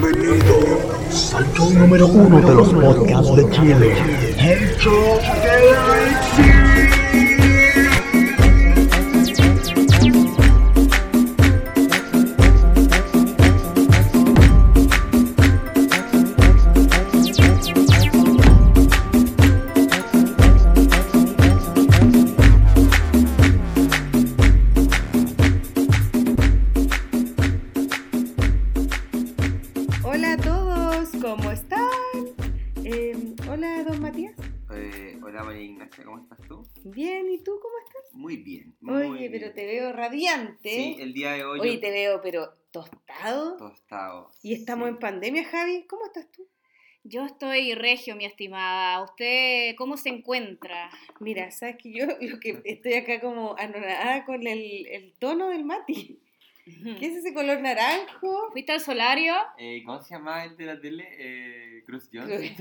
Bienvenidos al show número uno de los podcasts de Chile. El show de Richie. Hola a todos, ¿cómo están? Eh, hola, don Matías. Eh, hola María Ignacia, ¿cómo estás tú? Bien, ¿y tú cómo estás? Muy bien. Muy Oye, bien. pero te veo radiante. Sí, el día de hoy. Oye, yo- te veo, pero tostado. Tostado. Y estamos sí. en pandemia, Javi. ¿Cómo estás tú? Yo estoy regio, mi estimada. ¿Usted cómo se encuentra? Mira, sabes que yo lo que estoy acá como anonadada con el, el tono del Mati. ¿Qué es ese color naranjo? ¿Fuiste al solario? Eh, ¿Cómo se llama el de la tele? Eh, Cruz Tú Johnson. eres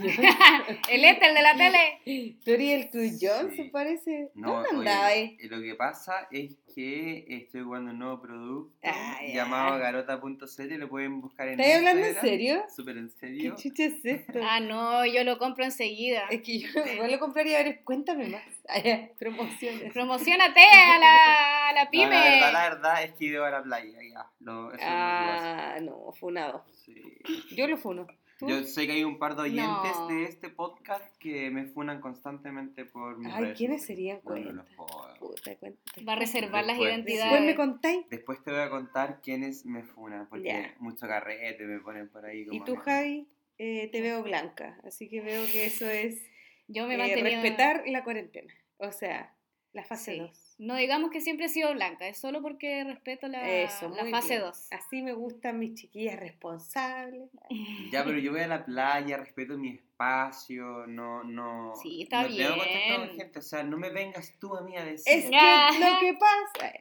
el este, el de la tele. el Cruz Johnson, Sí. parece. ¿Dónde oye, andaba, eh? eh, lo que pasa es que estoy jugando un nuevo producto Ah, ya. llamado garota.cl. Lo pueden buscar en. ¿Estás hablando en Instagram. serio? Súper en ¿Qué serio. chucha es esto? Ah, no, yo lo compro enseguida. Es que yo igual lo compraría, a ver, cuéntame más. Ah, ya, promociones. Promocionate a la, a la No, pyme. la verdad, la verdad es que he ido a la playa. Ya. Lo, eso Ah, no, funado. es lo que pasa, sí. Yo lo funo. ¿Tú? Yo sé que hay un par de oyentes No. de este podcast que me funan constantemente por mis Ay, redes ¿quiénes serían? sociales. No, no Cuenta. los puedo. Puta, cuéntame. Va a reservar Después- las Después me identidades. contáis. Después te voy a contar quiénes me funan, porque Ya. mucho carrete me ponen por ahí. Y como tú, me- Javi, eh, te veo blanca. Así que veo que eso es Yo me he eh, mantenido- respetar la cuarentena. O sea, la fase Sí. 2. No digamos que siempre he sido blanca, es solo porque respeto la, Eso, la muy fase bien. Ah. 2. Así me gustan mis chiquillas responsables. Ya, pero yo voy a la playa, respeto mi espacio, no, no... Sí, está no tengo contacto con bien. gente, o sea, no me vengas tú a mí a decir... Es que Ya. lo que pasa.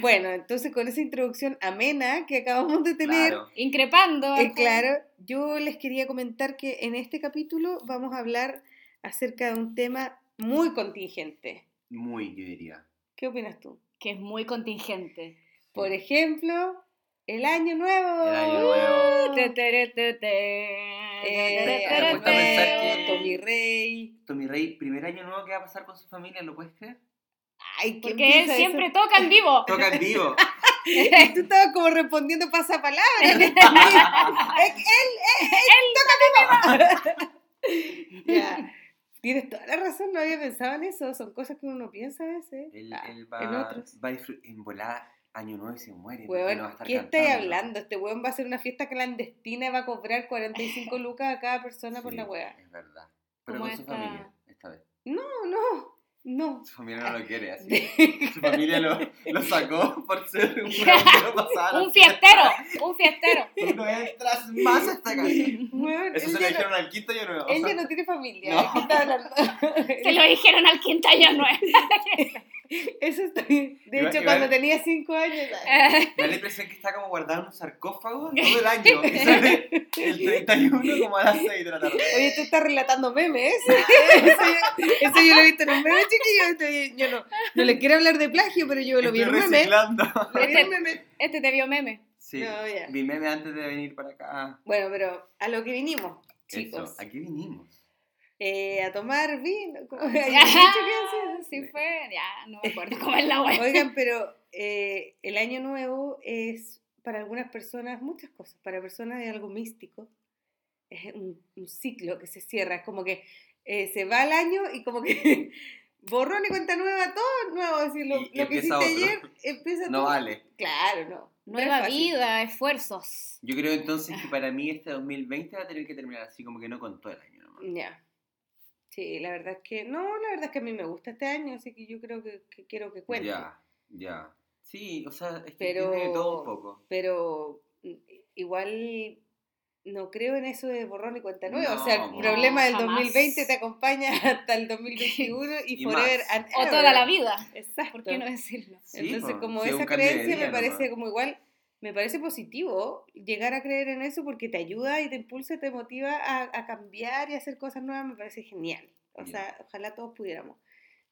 Bueno, entonces con esa introducción amena que acabamos de tener, Claro. Increpando. Eh, al- claro, yo les quería comentar que en este capítulo vamos a hablar acerca de un tema muy contingente. Muy, yo diría. ¿Qué opinas tú? Que es muy contingente. Por ejemplo, el año nuevo. El año nuevo. Te, te, te, te. Eh, Me Año cuesta pensar Nuevo, que- Tommy Rey. Tommy Rey, primer año nuevo que va a pasar con su familia, ¿lo puedes creer? Ay, ¿quién Porque él piensa eso? siempre toca en vivo. Toca en vivo. Tú estabas como respondiendo pasapalabra. en este momento. Es que él, él, él, toca a mi mamá. Ya. Tienes toda la razón, no había pensado en eso. Son cosas que uno no piensa a veces. Él, Ah, él va, en otros. va a disfr- en volada año nuevo y se muere. porque no va a Weón, estar ¿qué estáis cantando. hablando? Este weón va a hacer una fiesta clandestina y va a cobrar 45 lucas a cada persona por Sí, la weá. Es verdad. Pero Como con su esta- familia, esta vez. No, no, no. Su familia no lo quiere, así que- Su familia lo, lo sacó por ser un no pasada. Un fiestero, un fiestero. No entras más a esta canción. Weón, Eso él, se lo ya no, dijeron al quinto año nuevo. él ya no tiene familia. No. ¿qué está hablando? Se lo dijeron al quinto año nuevo. Eso está bien. De Igual- hecho, igual- cuando tenía 5 años. Ah. ¿sabes? Me da la impresión que está como guardado en un sarcófago todo el año. Y sale el 31 como a las 6 de la tarde. Oye, tú estás relatando memes. ¿eh? eso, yo, eso yo lo he visto en los memes, chiquillos. Estoy- este, Yo no, no les quiero hablar de plagio, pero yo lo vi Estoy en memes. reciclando. Lo vi en memes. Este te vio meme. Sí. No, ya. Vi meme antes de venir para acá. Bueno, pero a lo que vinimos, chicos. Eso. ¿A qué vinimos? Eh, a tomar vino. como hay un dicho que Ajá, hace. Sí fue, ya, no me acuerdo cómo es la web. Oigan, pero eh, el año nuevo es para algunas personas muchas cosas. Para personas es algo místico. Es un, un ciclo que se cierra. Es como que eh, se va el año y como que borrón y cuenta nueva, todo nuevo. Es decir, lo, Y lo que hiciste empieza otro. ayer empieza No todo. vale. Claro, no. No es Nueva fácil. vida, esfuerzos. Yo creo entonces que para mí este 2020 va a tener que terminar así como que no con todo el año nomás. Ya. Sí, la verdad es que. No, la verdad es que a mí me gusta este año, así que yo creo que, que quiero que cuente. Ya, ya. Sí, o sea, es que Pero- tiene de todo un poco. pero mm, igual no creo en eso de borrón y cuenta nueva. o sea, el No, problema del jamás. 2020 te acompaña hasta el 2021 y, Y forever más. and O ever. toda la vida, Exacto. ¿por qué no decirlo? Sí, Entonces, po, como sí, es un esa cambio de creencia día me parece nomás. como igual, me parece positivo llegar a creer en eso porque te ayuda y te impulsa, te motiva a, a cambiar y a hacer cosas nuevas, me parece genial. O Ya. sea, ojalá todos pudiéramos.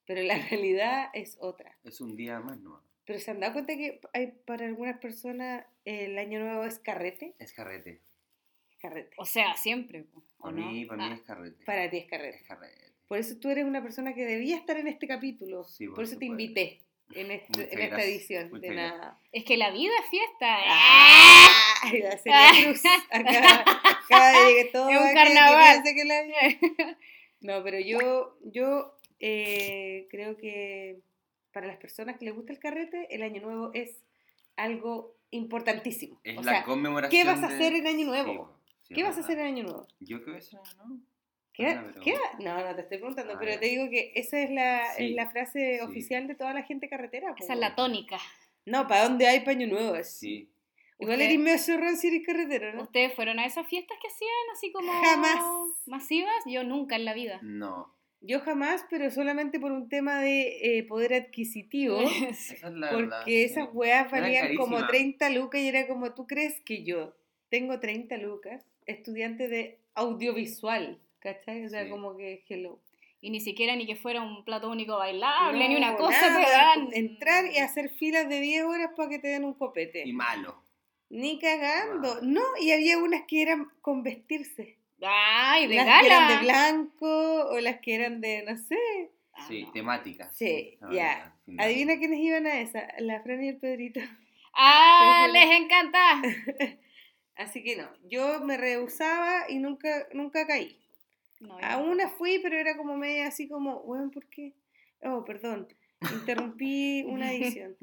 Pero la realidad es otra. Es un día más, ¿no? Pero se han dado cuenta que hay, para algunas personas el año nuevo es carrete. Es carrete. Carrete. O sea, siempre. po, ¿o Para no? mí, para mí Ah, es carrete. Para ti es carrete. Es carrete. Por eso tú eres una persona que debía estar en este capítulo. Sí, por por eso te supuesto. invité en, este- Muchas en esta gracias, edición muchas de gracias. nada. Es que la vida es fiesta. ¡Ah! La Celia Cruz. Acá, acá llegue todo. Es un aquel que carnaval. piense que la- No, pero yo, yo eh, creo que para las personas que les gusta el carrete, el año nuevo es algo importantísimo. Es o la sea, conmemoración. ¿qué vas a de- hacer en año Sí, nuevo? po, sí, ¿Qué es vas a hacer verdad. en año nuevo? Yo creo que es en año nuevo. ¿Qué, Buena va- pregunta. qué va- No, no te estoy preguntando, Ah, pero ya. te digo que esa es la, Sí, es la frase sí. oficial de toda la gente carretera. po, Esa es la weón. tónica. No, ¿para dónde hay paño nuevo? Es- Sí. Igual Usted- eres medio zorrón si eres carretero, ¿no? ¿Ustedes fueron a esas fiestas que hacían así como Jamás. masivas? Yo nunca en la vida. No. Yo jamás, pero solamente por un tema de eh, poder adquisitivo. Esa es la verdad. Porque sí. esas weas Eran valían como carísimas. 30 lucas y era como, ¿tú crees que yo tengo 30 lucas? Estudiante de audiovisual, ¿cachai? O sea, Sí. como que, hello. Y ni siquiera ni que fuera un plato único bailable, ni No, una cosa Mm. nada, te dan. Entrar y hacer filas de 10 horas para que te den un copete. Y malo. Ni cagando. Wow. No, y había unas que eran con vestirse. ¡Ay, de las gala! que eran de blanco o las que eran de, no sé. Ah, Sí, no. temática. Sí, la ya. verdad, sin duda. Adivina quiénes iban a esa, la Fran y el Pedrito. ¡Ah, les encanta! Así que no, yo me rehusaba y nunca, nunca caí. No, yo A no. una fui, pero era como media así como, weón, ¿por qué? Oh, perdón, interrumpí una edición.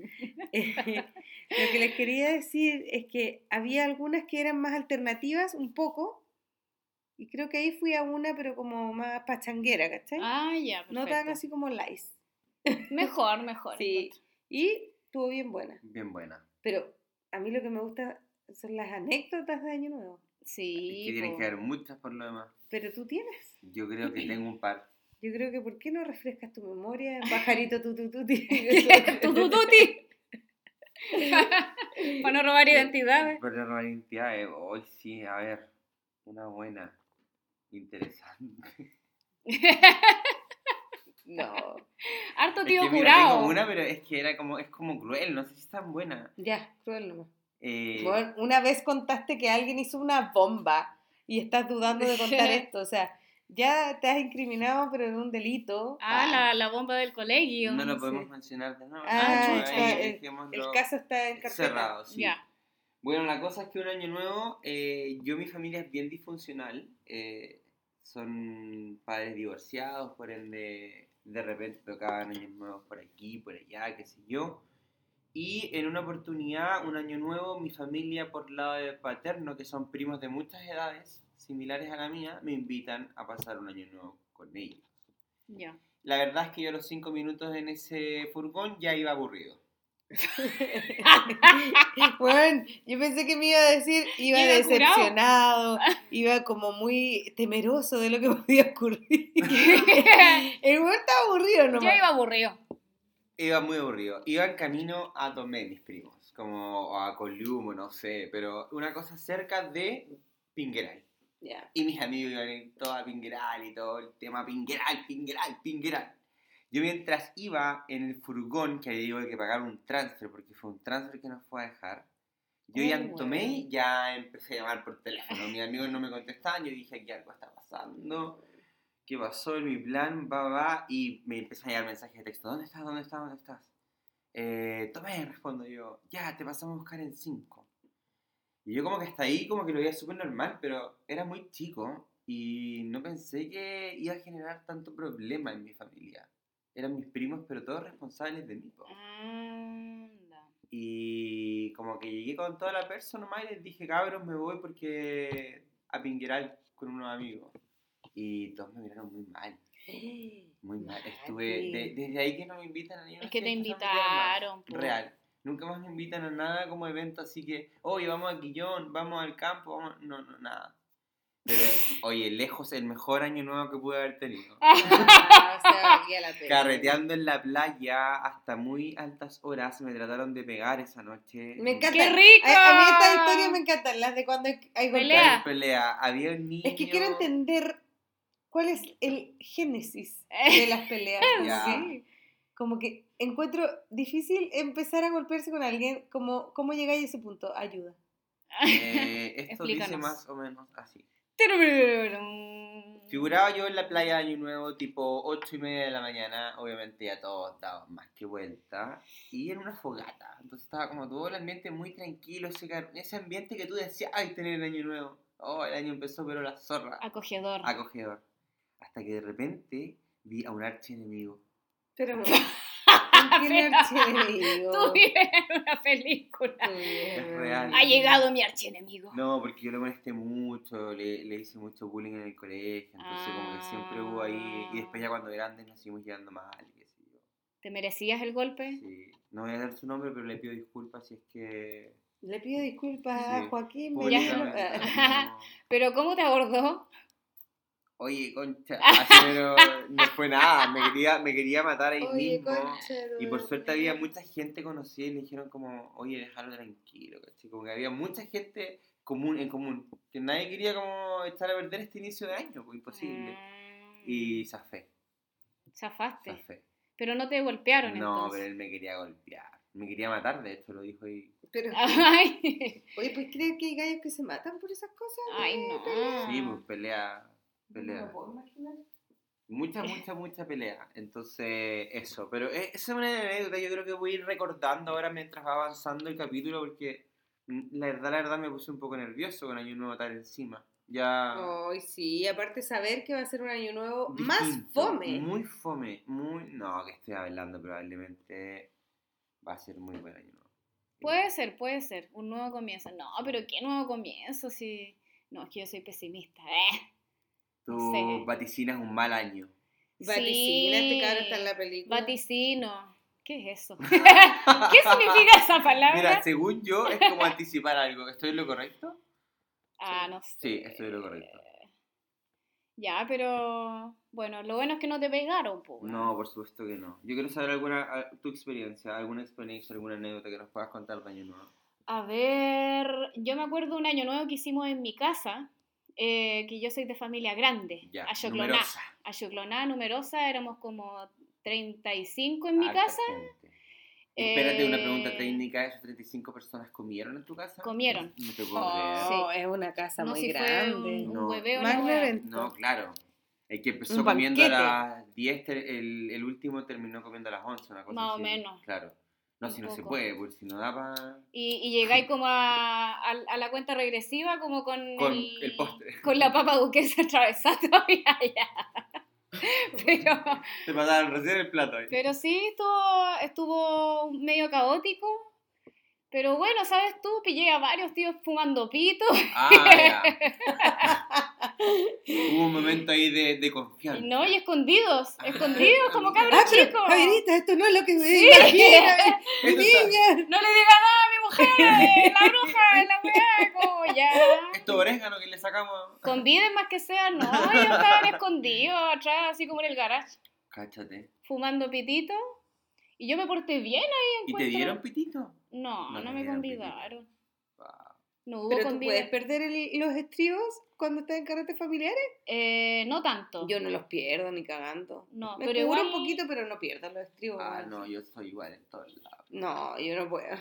Eh, Lo que les quería decir es que había algunas que eran más alternativas, un poco, y creo que ahí fui a una, pero como más pachanguera, ¿cachai? Ah, ya, no tan perfecto. así como lice. Mejor, mejor. Sí. encuentro. Y estuvo bien buena. Bien buena. Pero a mí lo que me gusta son las anécdotas de Año Nuevo. Sí. Y que tienen po. que haber muchas por lo demás. Pero tú tienes. Yo creo que tengo un par. Yo creo que ¿por qué no refrescas tu memoria? Pajarito tu tu tu ti? pues. Tutututi. Para no robar identidades. Pero no hay identidades. Eh, Hoy sí, a ver. Una buena. Interesante. No. Harto es tío que mira, curado. tengo una, pero es que era como, es como cruel. No sé si es tan buena. Ya, cruel nomás. Eh, Bueno, una vez contaste que alguien hizo una bomba y estás dudando de contar esto. O sea, ya te has incriminado, pero en un delito. Ah, la, la bomba del colegio. no lo sí. podemos mencionar de nuevo. Ah, Ahí chuta, el- El dejémoslo caso está en carpeta. cerrado, sí. Ya. Bueno, la cosa es que un año nuevo, eh, yo mi familia es bien disfuncional, eh, son padres divorciados, por ende de repente tocaban años nuevos por aquí, por allá, qué sé yo. Y en una oportunidad, un año nuevo, mi familia por lado de paterno, que son primos de muchas edades, similares a la mía, me invitan a pasar un año nuevo con ellos. Ya. La verdad es que yo a los cinco minutos en ese furgón ya iba aburrido. Bueno, yo pensé que me iba a decir, iba, Iba curado. decepcionado, iba como muy temeroso de lo que podía ocurrir. El güey está aburrido Yo nomás. iba aburrido. Iba muy aburrido. Iba en camino a Tomé, mis primos. Como a Columo, no sé. Pero una cosa cerca de Pingueral. Ya. Y mis amigos iban en toda Pingueral y todo el tema Pingueral, Pingueral, Pingueral. Yo mientras iba en el furgón, que había que pagar un transfer, porque fue un transfer que nos fue a dejar, yo ya en Oh, Tomé bueno. ya empecé a llamar por teléfono. Mis amigos no me contestaban, yo dije aquí algo está pasando. ¿Qué pasó en mi plan? Va, va. Y me empieza a llegar mensaje de texto. ¿Dónde estás? ¿Dónde estás? ¿Dónde estás? Eh, Tomé, respondo yo. Ya, te pasamos a buscar en 5. Y yo como que hasta ahí como que lo veía súper normal, pero era muy chico y no pensé que iba a generar tanto problema en mi familia. Eran mis primos, pero todos responsables de mí. po. Anda. Y como que llegué con toda la persona nomás y les dije, cabros, me voy porque a pinguerar con unos amigos. Y todos me miraron muy mal, muy mal. Estuve, de- desde ahí que no me invitan a ninguna Es que te fiesta familiar más. invitaron. pues. po. Real. Nunca más me invitan a nada como evento, así que, oye, vamos a Guillón, vamos al campo, vamos... No, no, nada. Pero, oye, lejos el mejor año nuevo que pude haber tenido. Ah, o sea, valía la pena. Carreteando en la playa hasta muy altas horas, me trataron de pegar esa noche. Me encanta. ¡Qué rico! A, a mí estas historias me encantan, las de cuando hay hay golpes. Pelea. Pelea. pelea. Había un niño... Es que quiero entender cuál es el génesis de las peleas. Ya. ¿sí? Como que encuentro difícil empezar a golpearse con alguien. Como, ¿Cómo llegáis a ese punto? Ayuda. Eh, esto dice Explícanos. más o menos así. Turururum. Figuraba yo en la playa Año Nuevo, tipo 8 y media de la mañana, obviamente ya todos daban más que vuelta, y era una fogata, entonces estaba como todo el ambiente muy tranquilo, ese, car- ese ambiente que tú decías, ay, tener el Año Nuevo, oh, el año empezó, pero la zorra, Acogedor. acogedor, hasta que de repente vi a un archienemigo. Pero. Pero- ¿Quién archienemigo? Tuvieron una película. Es real. Ha llegado mi archienemigo. No, porque yo lo molesté mucho, le, le hice mucho bullying en el colegio, entonces como que siempre hubo ahí, y después ya cuando grandes nos seguimos llevando mal, y qué sé yo. ¿Te merecías el golpe? Sí, no voy a dar su nombre, pero le pido disculpas si es que. Le pido disculpas a Sí. Joaquín. me públicamente, llamo- no. ¿Pero cómo te abordó? Oye, concha, así, pero no fue nada, me quería, me quería matar ahí Oye, mismo. concha, Y por tu suerte había madre. mucha gente conocida y le dijeron como, oye, déjalo tranquilo, ¿cachai? Como que había mucha gente común, en común, que nadie quería como echar a perder este inicio de año, pues Ah. imposible. Mm, Y zafé, Zafaste. zafé. Pero no te golpearon No, pero entonces. él me quería golpear, me quería matar, de hecho lo dijo y... Pero, Ah. Ay, oye, pues creen que hay gallos que se matan por esas cosas. ay, güey? Sí, no. pues pelea, Ah. No me pelea. lo puedo imaginar. Mucha, mucha, mucha pelea. Entonces, eso. Pero e- esa es una anécdota. Yo creo que voy a ir recordando ahora mientras va avanzando el capítulo porque mm, la verdad, la verdad me puse un poco nervioso con Año Nuevo tan encima. Ya... Ay, sí, y aparte saber que va a ser un año nuevo más distinto, fome. Muy fome. Muy... No, que estoy hablando probablemente va a ser muy buen Año Nuevo. Puede ser, puede ser. Un nuevo comienzo. No, pero ¿qué nuevo comienzo? Si... No, es que yo soy pesimista. Eh. Tú no sé. vaticinas un mal año. Vaticina, este Sí. cabrón está en la película. Vaticino. ¿Qué es eso? ¿Qué significa esa palabra? Mira, según yo, es como anticipar algo. ¿Estoy en lo correcto? ah, no sé. Sí, estoy en lo correcto. Ya, pero bueno, lo bueno es que no te pegaron, pues. No, por supuesto que no. Yo quiero saber alguna a- tu experiencia, alguna experiencia, alguna anécdota que nos puedas contar de Año Nuevo. A ver, yo me acuerdo un año nuevo que hicimos en mi casa, eh, que yo soy de familia grande, Ya, Ayocloná. numerosa. Ayocloná, numerosa, éramos como 35 en mi Harta casa, gente. Espérate una pregunta Eh, técnica, ¿esas 35 personas comieron en tu casa? Comieron. No te puedo creer. Oh, es una casa no muy sé si fue un, grande. un No. hueveo, Más la de wea. 20. No, claro. El que empezó Un comiendo a banquete. las 10, ter- el, el último terminó comiendo a las 11, una cosa Más o así. menos. Claro. No, Un si no se poco. puede, porque si no da para... Y, y llegáis como a, a- a la cuenta regresiva, como con, Con el postre. Con la papa duquesa atravesada todavía ya. Pero, Te pasaron recién el plato ahí. pero sí, estuvo, estuvo medio caótico. Pero bueno, ¿sabes tú? Pillé a varios tíos fumando pito. Ah, ya. Hubo un momento ahí de, de confianza. No, y escondidos. Escondidos como cabros Ah, pero, chicos. Javerita, esto no es lo que me Sí. imagina, mi Esto está- niña. No le diga nada a mi mujer, eh, la bruja, la weá, como ya. Esto orégano que le sacamos. Con vida más que sea, no, ellos estaban escondidos atrás, así como en el garage, Cáchate. fumando pitito. Y yo me porté bien ahí. ¿Y te encuentro. dieron pitito? No, No no, te me dieron convidaron. Wow. No hubo Pero tú convida. puedes perder el- los estribos cuando estás en carretes familiares. Eh, no tanto. Yo no los pierdo ni cagando. no, Me pero cubro igual un poquito, pero no pierdo los estribos. Ah, weón. no, yo soy igual en todos lados. No, yo no puedo.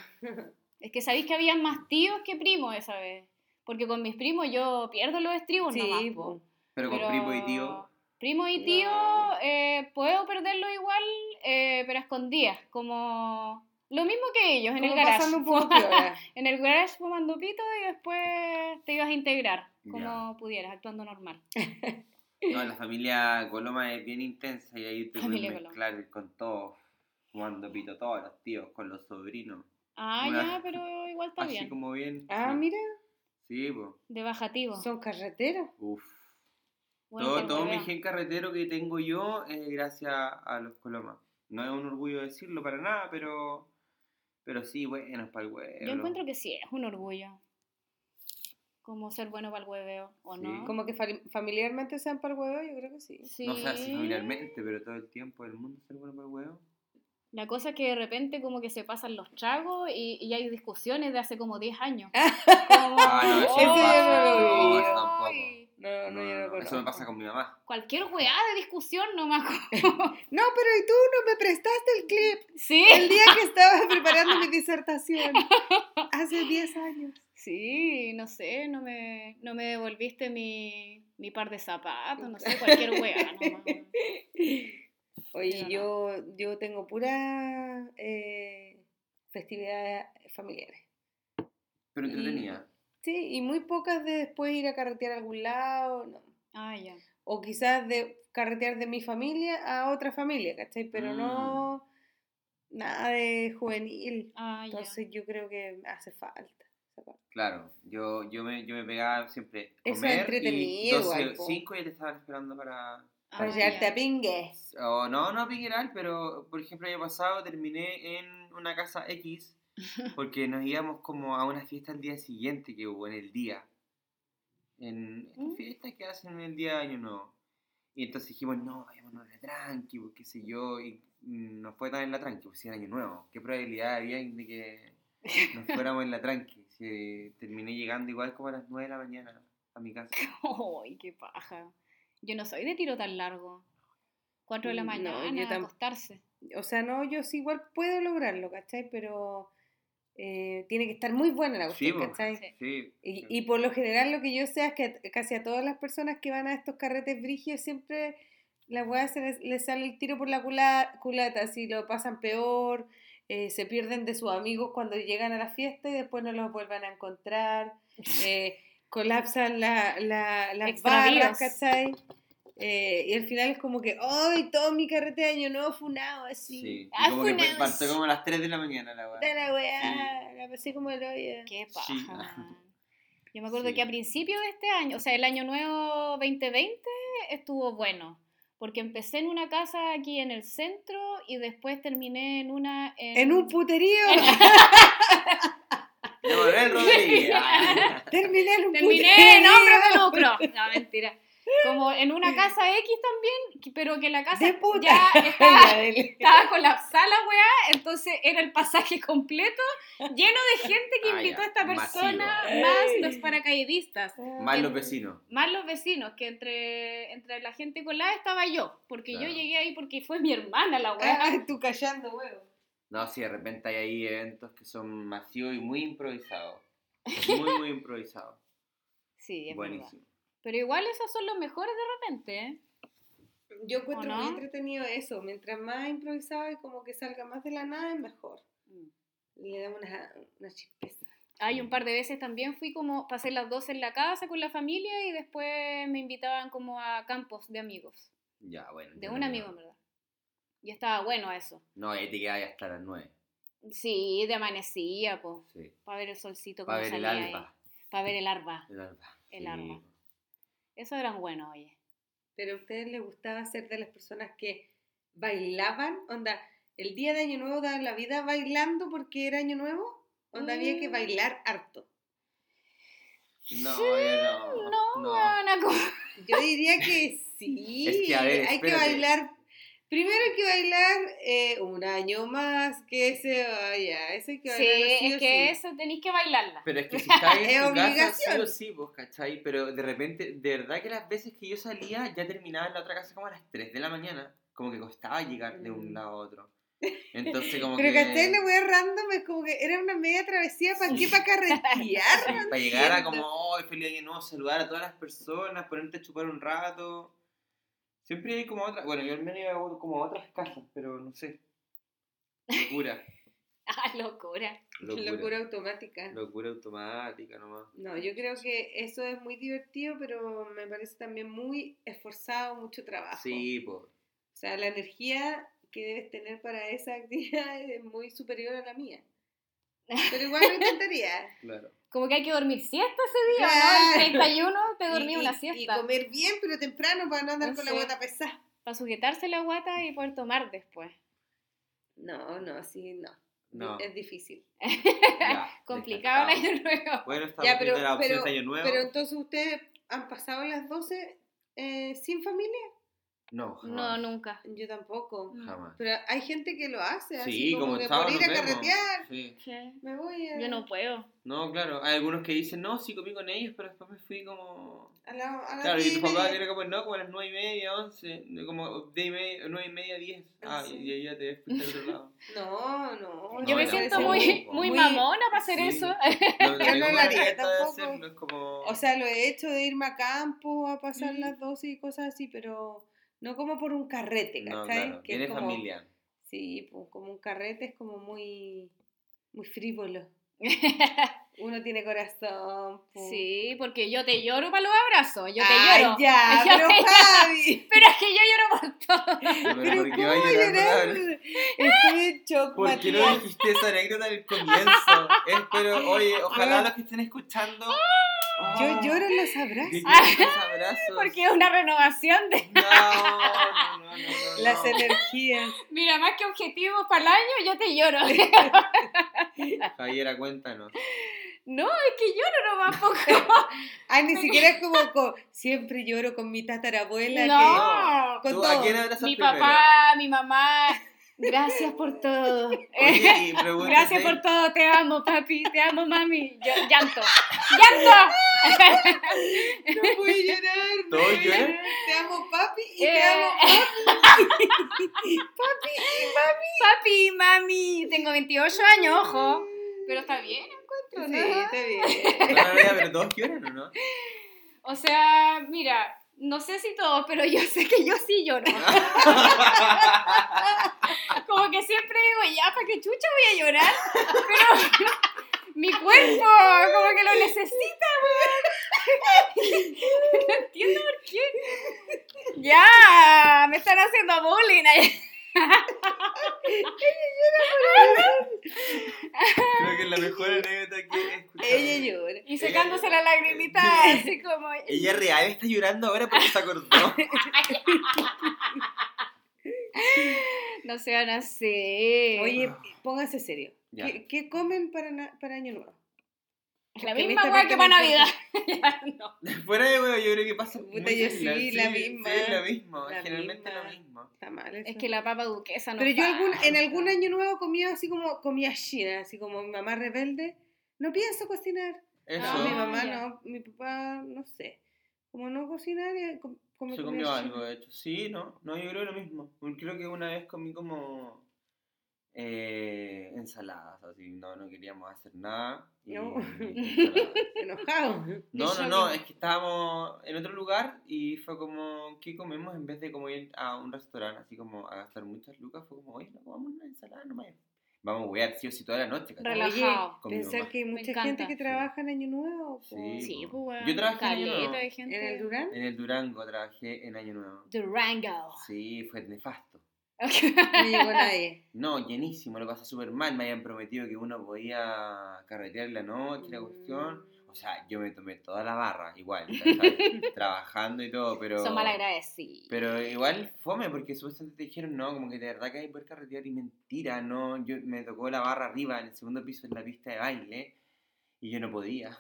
es que sabéis que había más tíos que primos esa vez. Porque con mis primos yo pierdo los estribos nomás, Sí, po. po. Pero con Pero primo y tío. Primo y No. tío, eh, puedo perderlo igual, eh, pero a escondidas, como lo mismo que ellos, en el Como garage. pasando un poco piola. En el garage fumando pito y después te ibas a integrar como pudieras, actuando normal. No, la familia Coloma es bien intensa y ahí te puedes Familia Coloma. mezclar con todos. Jugando pito todos los tíos, con los sobrinos. Ah, Una- ya, pero igual está Así bien. como bien. Ah, sí. mira, Sí, pues. De bajativo. son carreteros. Uf. Bueno, que todo el todo mi hueveo. gen carretero que tengo yo es gracias a los Colomas. No es un orgullo decirlo para nada, pero. Pero sí, bueno, es para el huevo. Yo encuentro que sí, es un orgullo. Como ser bueno para el hueveo, ¿o Sí. no? Como que fali- familiarmente sean para el huevo, yo creo que sí. Sí. No sé si familiarmente, pero todo el tiempo del mundo ser bueno para el huevo. La cosa es que de repente como que se pasan los tragos y, y hay discusiones de hace como 10 años. Como, Ah, no, eso no "Oy, pasa, no, eso tampoco". oy". No, no, yo no conozco. eso me pasa con mi mamá. Cualquier weá de discusión nomás. No, pero ¿y tú no me prestaste el clip? Sí, El día que estaba preparando mi disertación. Hace 10 años. Sí, no sé, no me, no me devolviste mi, mi par de zapatos, no sé, cualquier wea nomás. Oye, Pero no. yo, yo tengo puras eh, festividades familiares. Pero Y- entretenida. Sí, y muy pocas de después ir a carretear a algún lado, no. Ah, ya. o quizás de carretear de mi familia a otra familia, ¿cachai? Pero Mm. no nada de juvenil. Ah, ya. Entonces yo creo que hace falta. esa parte. Claro, yo, yo, me, yo me pegaba siempre Eso es comer y entretenido 12, igual, po. 5 ya te estaban esperando para... Ah, Para ya. llevarte a pingues. o no, no pingueral, pero por ejemplo el año pasado terminé en una casa X porque nos íbamos como a una fiesta el día siguiente que hubo en el día. En esta Mm. fiesta que hacen el día de año nuevo. Y entonces dijimos, no, vayámonos a la tranqui, pues, qué sé yo, y mm, nos fue tan en la tranqui, pues si era año nuevo, qué probabilidad había de que nos fuéramos en la tranqui. Si terminé llegando igual como a las 9 de la mañana a mi casa. Ay, qué paja. Yo no soy de tiro tan largo. Cuatro de la Mm, No, yo mañana, tam- acostarse. O sea, no, yo sí igual puedo lograrlo, ¿cachai? Pero eh, tiene que estar muy buena la Sí, cuestión, po. ¿cachai? Sí. Sí. Y, y por lo general lo que yo sé es que a- casi a todas las personas que van a estos carretes brigios siempre la weá se les, les sale el tiro por la cula- culata, si lo pasan peor, eh, se pierden de sus amigos cuando llegan a la fiesta y después no los vuelvan a encontrar, eh, colapsan la, la- las Extravíos. barras, ¿cachai? Eh, y al final es como que, ¡ay, todo mi carrete de año nuevo funado! Así, Sí, y Ah, como que fue fue- una- partió como a las 3 de la mañana la puta weá. la weá, la pasé como el hoyo. Qué Sí. paja. man. Yo me acuerdo Sí. que a principio de este año, o sea, el año nuevo 2020 estuvo bueno, porque empecé en una casa aquí en el centro y después terminé en una en, ¡En un puterío! Leonel Rodríguez. Ah, Terminé en un terminé en hombre de lucro. No, mentira. Como en una casa X también, que- pero que la casa De puta. ya estaba Ya, dele. Estaba colapsada la weá, entonces era el pasaje completo, lleno de gente que Ah, invitó ya, a esta masivo. persona, Ey. más los paracaidistas, Más los vecinos. más los vecinos, que entre, entre la gente colada estaba yo, porque Claro. yo llegué ahí porque fue mi hermana la weá. Ah, tú callando, huevo. No, sí, de repente hay ahí eventos que son masivos y muy improvisados. Muy, muy improvisados. Sí, es verdad. Buenísimo. Pero igual esos son los mejores de repente, ¿eh? Yo encuentro ¿O no? muy entretenido eso. Mientras más improvisado y como que salga más de la nada, es mejor. Mm. Le damos una, una chispeza. Hay un par de veces también fui como, pasé las dos en la casa con la familia y después me invitaban como a campos de amigos, Ya, bueno. de un amigo en verdad. Y estaba bueno eso. No, ahí te quedas hasta las 9. Sí, de amanecía, pues. Sí. Para ver el solcito Para como ver el salía ahí. alba. Para ver el arba. El alba. El sí. alba. Eso eran buenos, oye. Pero a ustedes les gustaba ser de las personas que bailaban. Onda, el día de Año Nuevo daban la vida bailando porque era Año Nuevo. Onda, había que Mm. bailar harto. No, yo no. No, weona, como- Yo diría que sí. Es que, a ver, hay que espérate. bailar. Primero hay que bailar eh, un año más, que se vaya. Eso hay que Sí, bailarlo sí es o que sí. eso tenéis que bailarla. Pero es que si estás Es en tu casa, sí o obligación. sí, vos, ¿cachai? Pero de repente, de verdad que las veces que yo salía, ya terminaba en la otra casa como a las 3 de la mañana. Como que costaba llegar de un Mm. lado a otro. Entonces, como Pero que... ¿cachai? La wea random es como que era una media travesía para qué, para Sí, carretear. para llegar a entiendo. como, hoy feliz año nuevo, saludar a todas las personas, ponerte a chupar un rato. Siempre hay como otra, bueno, yo al menos hago como a otras casas, pero no sé. Locura. Ah, locura. Locura. Locura automática. Locura automática nomás. No, yo creo que eso es muy divertido, pero me parece también muy esforzado, mucho trabajo. Sí, po. O sea, la energía que debes tener para esa actividad es muy superior a la mía. Pero igual lo intentaría. claro. Como que hay que dormir siesta ese día, ¿no? El Claro. 31 te dormí Y- y- una Y siesta. comer bien, pero temprano para no andar No con la sé. bota pesada. Para sujetarse la guata y poder tomar después. No, no, sí, no. No. Es difícil. ya, Complicado el descartado. año nuevo. Bueno, estamos Ya, viendo pero- la opción pero- de año nuevo. Pero entonces ustedes han pasado las 12 eh, sin familia. No, No, jamás. nunca. Yo tampoco. Jamás. Pero hay gente que lo hace, así Sí, como, como que estaba, por ir a nos vemos. carretear, Sí. Sí. me voy a, Yo no puedo. No, claro, hay algunos que dicen, no, sí comí con ellos, pero después me fui como... a la, a la Claro, y tu tienda papá tiene que poner, no, como a las nueve y media, once, como de y media, nueve y media, diez. Ah, Ah, sí. y ella te fuiste al otro lado. No, no. Yo No, me yo siento tampoco. muy, muy Muy- mamona para hacer Sí. eso. No, Yo no tengo lo haría libertad de tampoco. hacerlo, es como... O sea, lo he hecho de irme a campo a pasar Mm. las dosis y cosas así, pero no como por un carrete, ¿cachai? no, claro, Que es tiene como- familia. Sí, pues como un carrete es como muy, muy frívolo. Uno tiene corazón. po. sí, porque yo te lloro para los abrazos. Yo te Ay, lloro. Ah, Ya, Yo pero te- Javi. Pero es que yo lloro por todo. Pero ¿por qué ¿cómo va a llorar? llorar? Estoy en shock, ¿Por qué no Matías. dijiste esa anécdota al comienzo? Espero, oye, ojalá los que estén escuchando. Ah. Yo Oh, lloro en los que abrazos. lloren los abrazos. Porque es una renovación de. No, no, no, no, no, Las no. energías. Mira, más que objetivos para el año, yo te lloro. Javiera, cuéntanos. No, es que lloro nomás poco. Ay, ni siquiera es como co- siempre lloro con mi tatarabuela. que- No. Con ¿Tú todo. a quién abrazas Mi primero? papá, mi mamá. Gracias por todo. Oye, y pregúntate- Gracias por todo, te amo, papi, te amo, mami. Yo- llanto, llanto. No voy a llorar. no ¿Todo voy a llora? llorar. Te amo, papi, y te Eh. amo, papi. Papi, mami, tengo 28 años, ojo. Pero está bien, encuentro, Sí, ¿no? está bien. No, no, no, pero todos lloran, ¿o no? O sea, mira, no sé si todos, pero yo sé que yo sí lloro. Como que siempre digo, ya, ¿para qué chucha voy a llorar? Pero mi cuerpo, como que lo necesita, weón. No entiendo por qué. Ya, me están haciendo bullying. Creo que es la mejor anécdota que he escuchado. Ella llora. Y secándose la lagrimita, así como... Ella real está llorando ahora porque se acordó. No sean así. Oye, póngase serio. Ya. ¿Qué, qué comen para, na- para Año Nuevo? la que misma en weá esta que para parte Navidad. Ya, no. Fuera de huevo, yo creo que pasa. Puta, muy yo similar. sí, la misma. Sí, es lo mismo. La generalmente misma. lo mismo. Está mal eso. Es que la papa duquesa no Pero yo algún- falta. en algún Año Nuevo comía así como comía china, así como mi mamá rebelde. No pienso cocinar. Eso. No, Ah, mi mamá ya. no, mi papá no sé. Como no cocinar, eh, com- come Se comida comió china. algo, de hecho. Sí, no. No, yo creo lo mismo. Creo que una vez comí como. Eh, ensaladas, así. No, no queríamos hacer nada. y- No. ensaladas. Enojado. No, no, shopping. no, es que estábamos en otro lugar y fue como, ¿qué comemos? En vez de como ir a un restaurante, así como a gastar muchas lucas, fue como, oye, no comamos una ensalada nomás. Vamos a huear, sí o sí, toda la noche, ¿cachai? Relajado. Con mi Pensar mamá. que hay mucha gente encanta. que trabaja en Año Nuevo. po. Sí, po. pues weón. Yo trabajé en Año Caleta Nuevo. de En gente. el Durán. En el Durango trabajé en Año Nuevo. Durango. Sí, fue nefasto. No llegó nadie. No, llenísimo, lo pasé súper mal. Me habían prometido que uno podía carretear en la noche, la cuestión. Mm. O sea, yo me tomé toda la barra, igual, ¿cachai? trabajando y todo, pero... Son malagradecidos. Pero igual fome, porque supuestamente te dijeron, no, como que de verdad que hay poder carretear y mentira, no, yo me tocó la barra arriba en el segundo piso en la pista de baile y yo no podía.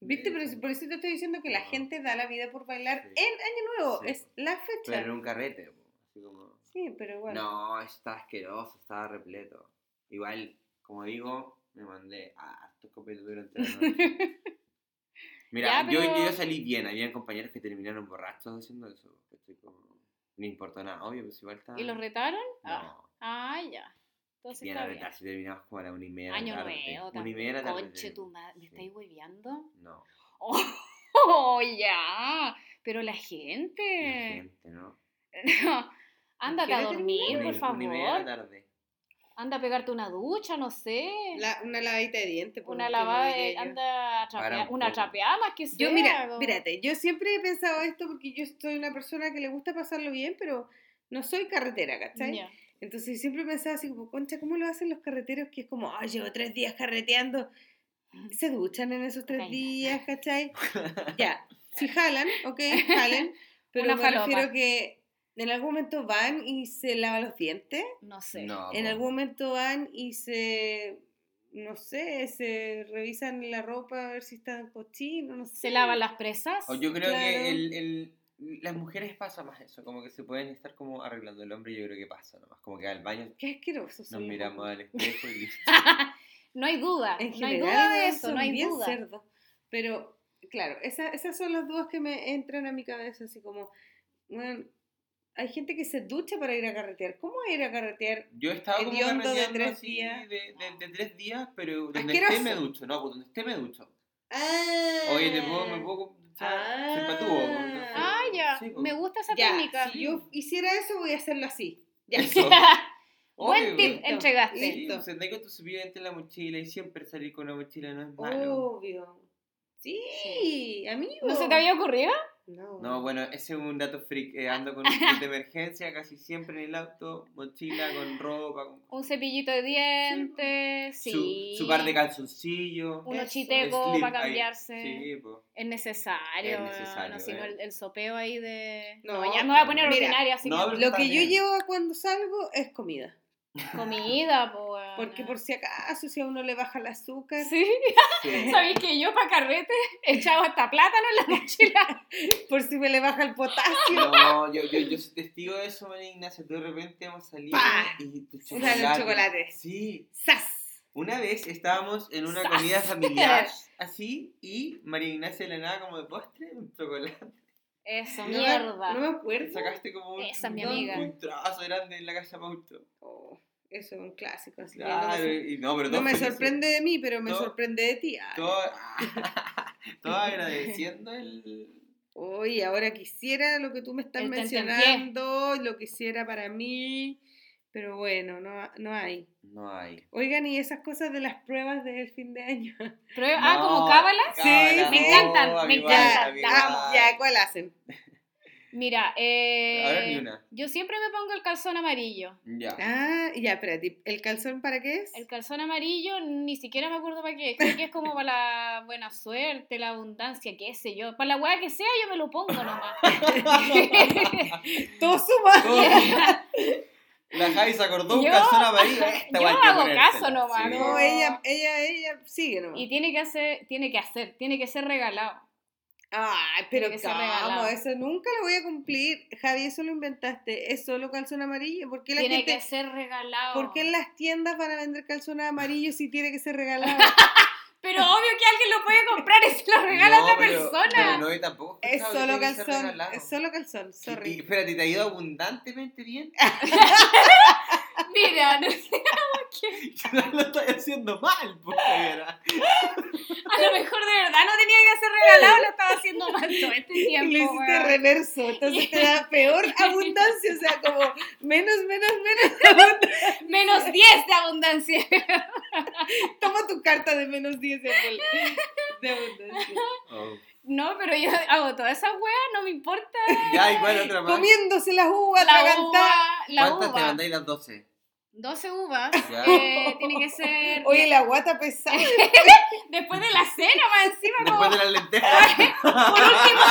¿Viste? Pero si- por eso te estoy diciendo que la No. gente da la vida por bailar Sí. en Año Nuevo. Sí. Es la fecha. Pero era un carrete, po, así como... Sí, pero igual. No, está asqueroso, estaba repleto. Igual, como digo, me mandé harto copete durante la noche. Mira, Ya, yo, pero- yo salí bien, habían compañeros que terminaron borrachos haciendo eso. Estoy como... No importó nada, obvio, pues igual está... ¿Y los retaron? Ah, No. ah, ya. Entonces Bien, está a bien. vetar si terminabas como a la una y media. de la Año tarde. nuevo Una y media de la también. tarde. Conche tu madre. ¿Me estáis hueveando? No. Oh, ya. Pero la la gente. gente, ¿no? Ándate a ¿Quieres dormir, Una y- por Una y media de la favor. tarde. Anda a pegarte una ducha, no sé. La- una lavadita de dientes. por Una último, lavada, diría de- yo. anda Para a trapear, un una poco. trapeada más que sea. Yo, mira, como- espérate, yo siempre he pensado esto porque yo soy una persona que le gusta pasarlo bien, pero no soy carretera, ¿cachai? Ya. Entonces yo siempre pensaba así como, concha, ¿cómo lo hacen los carreteros? Que es como, ay, llevo tres días carreteando. Se duchan en esos tres Ok. días, ¿cachai? ya, si jalan, ok, jalen, pero Una me falopa. refiero que en algún momento van y se lavan los dientes, No sé. No, en Ah, po. algún momento van y se, no sé, se revisan la ropa a ver si están cochinos, no sé. Se lavan las presas. O yo creo Claro. que el, el, Las mujeres pasa más eso, como que se pueden estar como arreglando el hombre, yo creo que pasa nomás, como que al baño Qué asqueroso. nos son los miramos hombres. al espejo y listo. no hay duda, En no hay general, duda de weón, eso, son no hay bien duda. cerdos. Pero, claro, esa- esas son las dudas que me entran a mi cabeza, así como, bueno, hay gente que se ducha para ir a carretear. ¿Cómo ir a carretear? Yo estaba como Hediondo de carreteando tres así días. De, Ah. de- de tres días, pero donde Asqueroso. esté me ducho, no, pues donde esté me ducho. Ah, Oye, te puedo, me puedo Ah. se patúo. entonces- Ah, ya, Sí, pues. me gusta esa ya, técnica. si yo hiciera eso, voy a hacerlo así. Ya. Eso. Obvio, Buen tip, güey. eh, entregaste. Sí, Listo. o sea, tengo tu suficiente en la mochila y siempre salir con la mochila no es malo. Oh. Obvio. Sí, amigo. ¿No se te había ocurrido? No. No, bueno, ese es un dato freak. eh, ando con un kit de emergencia casi siempre en el auto, mochila, con ropa, con Un cepillito de dientes, su- sí. su, par de calzoncillos. Unos Eso. chitecos slip para ahí. cambiarse. Sí, pues, po. Es necesario, Es weón, necesario, no, si no ¿eh? el, el sopeo ahí de... No, No, ya me voy a poner mira, ordinaria, así no, que pero- Lo que yo También. llevo cuando salgo es comida. comida, po, weona. Porque por si acaso, si a uno le baja el azúcar, Ah, Sí, Sí. ¿sabéis que yo para carrete echaba hasta plátano en la mochila? por si me le baja el potasio. No, yo, yo, yo soy testigo de eso, María Ignacia. Tú de repente hemos salido ¡Pah! y tu Un helado de chocolate. Sí. ¡Sas! Una vez estábamos en una ¡Sas! comida familiar así y María Ignacia de la nada como de postre un chocolate. Eso, No me- mierda. No me acuerdo. Sacaste como un, Esa es mi un- amiga. un trazo grande en la casa Mauto. Oh, eso es un clásico. así que no me Claro, sor- y no, pero no todos me felices, sorprende de mí, pero me No. sorprende de ti. Ay, Todos, todos agradeciendo el. Oye, ahora quisiera lo que tú me estás El tentempié. mencionando, lo quisiera para mí, pero bueno, no, no hay. No hay. Oigan, y esas cosas de las pruebas del fin de año. Pero- ah, No, ¿como cábala? Sí, cábala, me no, encantan, me amigo, encantan, amigo, Ah, ya, ¿cuál hacen? Mira, eh, Ahora ni una. yo siempre me pongo el calzón amarillo. Ya. Ah, ya, espérate, ¿el calzón para qué es? El calzón amarillo ni siquiera me acuerdo para qué. Creo que es como para la buena suerte, la abundancia, qué sé yo. Para la weá que sea, yo me lo pongo nomás. Todo suma. Todo- La Javi se acordó un Yo- calzón amarillo. Esta yo guay que hago ponérsela, caso nomás, sí. No, ella, ella, ella sigue nomás. y tiene que hacer, tiene que hacer, tiene que ser regalado. Ay, pero Tiene que ser regalado. cómo, eso nunca lo voy a cumplir. Javi, eso lo inventaste. Es solo calzón amarillo. ¿Por qué la Tiene gente, que ser regalado. por qué en las tiendas van a vender calzón amarillo si tiene que ser regalado? Pero obvio que alguien lo puede comprar y se lo regala a No, otra pero- persona. pero no, y tampoco. es claro, solo tiene que ser calzón, regalado. es solo calzón, Y- y sorry. Espérate, ¿te ha ido abundantemente bien? Mira, no sé, Lo estoy haciendo mal, pues, porque era. a lo mejor de verdad no tenía que ser regalado, lo estaba haciendo mal todo este Y tiempo. lo hiciste weón. reverso, entonces te da peor abundancia, o sea, como menos, menos, menos abundancia. Menos 10 de abundancia. Toma tu carta de menos 10 de abul- de abundancia. No, pero yo hago toda esa weá, no me importa. Ya, igual otra más. Comiéndose las uvas, La atragantada. uva, la ¿Cuántas te uva. mandáis las 12? 12 uvas. Ya. eh, tiene que ser. Oye, la guata pesada. Después de la cena, más encima, Después como. de las lentejas. Por último,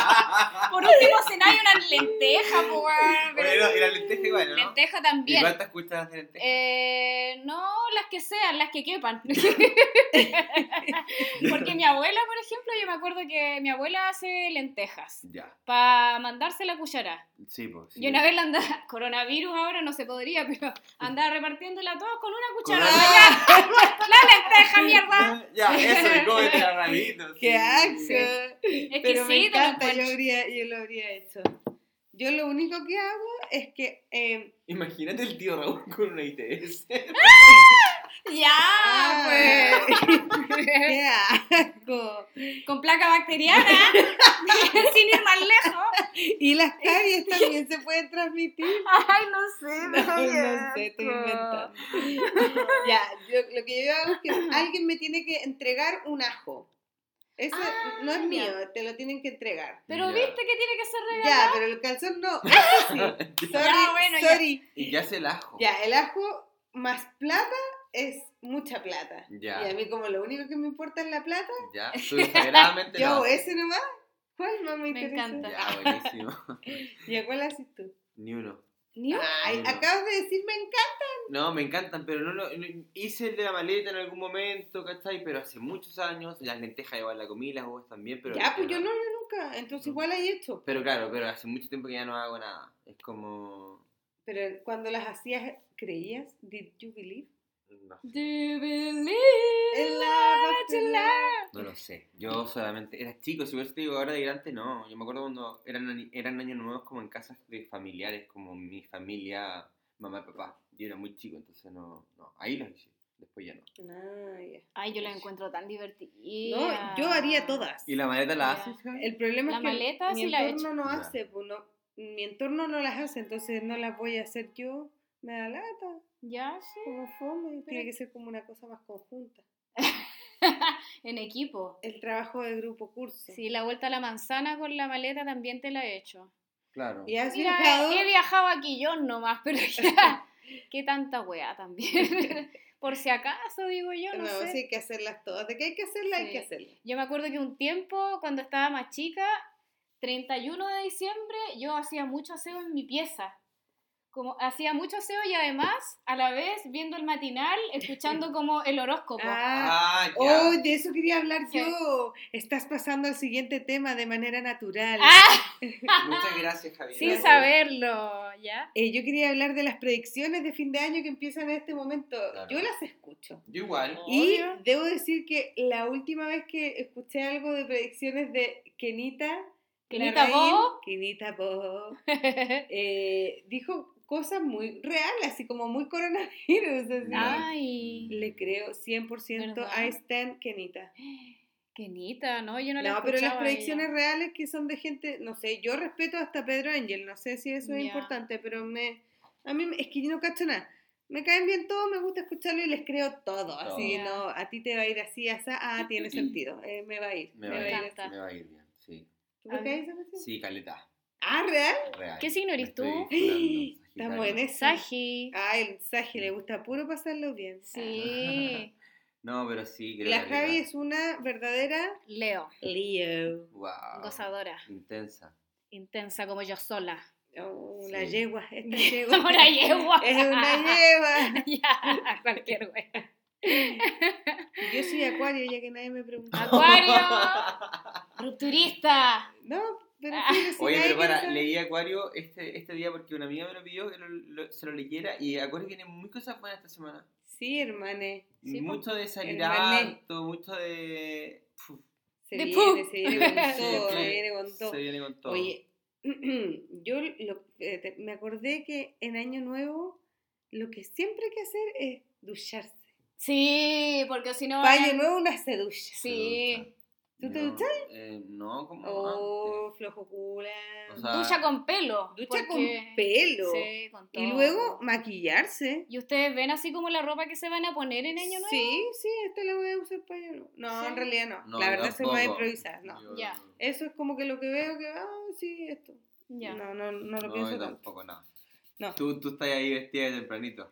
por último cenar y una lenteja, po, weón, pero- Bueno, y la lenteja igual, ¿no? Lenteja ¿Y también. cuántas cuchas de lentejas? Eh, no, las que sean, las que quepan. Porque mi abuela, por ejemplo, yo me acuerdo que mi abuela hace lentejas Ya. para mandarse la cuchara. Sí, pues. sí. Yo una vez la andaba, coronavirus ahora no se podría, pero andaba repartiéndola a todos con una cuchara. Con una- ¡Ya! ¡La lenteja, mierda! Ya, eso de cómete la rabito. ¡Qué asco! Es que Pero me sí, te lo encanta, yo, encuentro. habría, yo lo habría hecho. Yo lo único que hago es que... eh, Imagínate el tío Raúl con una ITS. ¡Ya! Ah. Pues. ¡Qué asco! Con placa bacteriana, sin ir más lejos. Y las caries también se pueden transmitir. Ay, no sé, No, me da no sé, estoy Ah, asco. inventando. Ya, yo, lo que yo hago es que alguien me tiene que entregar un ajo. Eso Ah, no es ya. mío, te lo tienen que entregar. Pero Ya. viste que tiene que ser regalado. Ya, pero el calzón no. Eso sí. Sorry, Ya, bueno, ya. sorry. Y ya hace el ajo. Ya, el ajo más plata es mucha plata. Ya. Y a mí como lo único que me importa es la plata, Ya, tú sagradamente yo lo hago haces. ese nomás. ¿Cuál más me, Me interesa? encanta. Ya, buenísimo. ¿Y a cuál haces tú? Ni uno. Ni un- Ay, no. Acabas de decir me encanta. No, me encantan, pero no, lo- no- hice el de la maleta en algún momento, ¿cachai? Pero hace muchos años, las lentejas igual la comí, las uvas también, pero... ya, pues yo no, no, nunca. Entonces No. igual hay hecho. Pero claro, pero hace mucho tiempo que ya no hago nada. Es como... Pero cuando las hacías, ¿creías? ¿Did you believe? No, Do you believe En that la you love? no lo sé. Yo solamente... Era chico, si hubiese te digo ahora de grande, no. Yo me acuerdo cuando eran, ani- eran años nuevos como en casas de familiares, como mi familia, mamá y papá. Yo era muy chico, entonces no... no. Ahí las hice, después ya no. Ah, ya. Ay, yo la encuentro tan divertida. No, yo haría todas. ¿Y la maleta la Ya. haces? Gaby? El problema La es que maleta mi sí la he entorno no Ya. hace, pues no, mi entorno no las hace, entonces no las voy a hacer yo. Me da lata, Ya, sí. como fome, tiene Pero- que ser como una cosa más conjunta. en equipo. El trabajo de grupo curso. Sí, la vuelta a la manzana con la maleta también te la he hecho. Claro. ¿Y has Mira, viajado? he viajado aquí yo nomás, pero ya. Qué tanta weá también. Por si acaso, digo yo, no, No, sé. sí hay que hacerlas todas. ¿De qué hay que hacerlas? Hay Sí. que hacerlas. Yo me acuerdo que un tiempo, cuando estaba más chica, 31 de diciembre, yo hacía mucho aseo en mi pieza. Como hacía mucho aseo y además, a la vez, viendo el matinal, escuchando como el horóscopo. Ah, Ah, ya. oh, de eso quería hablar Sí. yo. Estás pasando al siguiente tema de manera natural. ¡Ah! Muchas gracias, Javier. Sin Gracias. saberlo, ¿ya? Eh, yo quería hablar de las predicciones de fin de año que empiezan en este momento. Claro. Yo las escucho. Yo igual. Y Obvio. debo decir que la última vez que escuché algo de predicciones de Kenita, Kenita Larraín, Bo. Kenita Bo, eh, dijo cosas muy reales, así como muy coronavirus. así. Ah. Ay, Le creo 100% a ¿Verdad? Stan Kenita. Kenita, ¿no? Yo no, No, la pero las escuchaba a ella. predicciones reales que son de gente, no sé, yo respeto hasta Pedro Ángel, no sé si eso es Ya. importante, pero me, a mí me- es que yo no cacho nada. Me caen bien todos, me gusta escucharlo y les creo todo. Así, Todo. no, a ti te va a ir así, asá, ah, tiene sentido, eh, me va a ir. Me va, a Me ir, encanta. me va a ir bien, sí. ¿Tú te A caes esa canción? Sí, caleta. Ah, ¿real? Real. ¿Qué signo eres Me estoy tú? vinculando, Estamos en Sagitario. eso. Sagi. Ah, el Saji le gusta puro pasarlo bien. Sí, No, pero sí, Ah. creo La que Javi arriba. es una verdadera Leo, Leo. Wow. gozadora, Intensa. intensa como yo sola. Oh, La Sí. yegua, esta yegua. Como una yegua. Es una yegua. ya, cualquier wea. Yo soy acuario, ya que nadie me preguntó. Ah. Acuario, rupturista. No, pero Ah. fíjate, si Oye, nadie pero quiere para, saber- leí Acuario este, este día porque una amiga me lo pidió que lo- lo- se lo leyera y Acuario tiene muy cosas buenas esta semana. Sí, pues, hermane. Sí, po. mucho de salir Hermané. alto, mucho de... Puf, Se De viene, pu. se viene con Sí, todo, sí. se viene con todo. se viene con todo. Oye, yo lo- eh, te- me acordé que en Año Nuevo lo que siempre hay que hacer es ducharse. Sí, porque si no. eh. Para Año Nuevo una se ducha. Se Sí. ducha. ¿Tú te No, duchas? eh, no, como Oh, flojo cula. antes. O sea, Ducha con pelo. Ducha con porque- pelo. Sí, con todo. y luego maquillarse. ¿Y ustedes ven así como la ropa que se van a poner en Año Nuevo? Sí, sí, esta la voy a usar para Año Nuevo. No, Sí. en realidad no. no, la verdad se va a tampoco. improvisar, no. Yo- Ya. Eso es como que lo que veo que, ah, sí, esto. Ya. No, no, no lo No, pienso yo tanto. tampoco, no. No. Tú, tú estás ahí vestida de tempranito.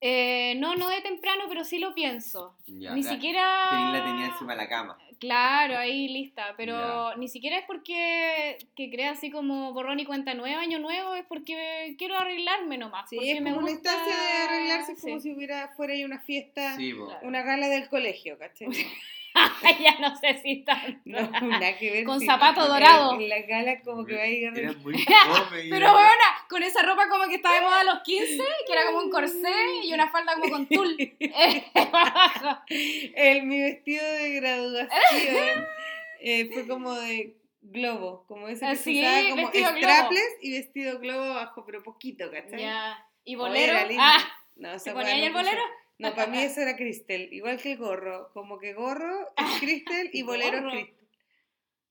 Eh, no, no de temprano, pero sí lo pienso. Ya, Ni la- siquiera. Tenía, la tenía encima de la cama. Claro, ahí lista, pero Ya. ni siquiera es porque que crea así como borrón y cuenta nueva, año nuevo, es porque quiero arreglarme nomás. Sí, porque es como una gusta- instancia de arreglarse es Sí. como si hubiera fuera ahí una fiesta, Sí, po. Ah, Claro. una gala del colegio, ¿cachai? ya no sé si tanto. No, nada que ver. Con sí. zapato En- dorado. En la gala como que va a ir... Era muy fome, y Pero era- bueno, con esa ropa como que estaba de moda a los 15, que era como un corsé y una falda como con tul. Eh, abajo. El, mi vestido de graduación eh, fue como de globo, como ese que se Así, usaba como vestido globo. strapless y vestido globo abajo, pero poquito, ¿cachai? ya. Y Oye, bolero. era lindo. ah, No, ¿se esa ponía weá ahí no el bolero? puso. No, para mí eso era Cristel, igual que el gorro, como que gorro es Cristel y bolero Gorro. es Cristel.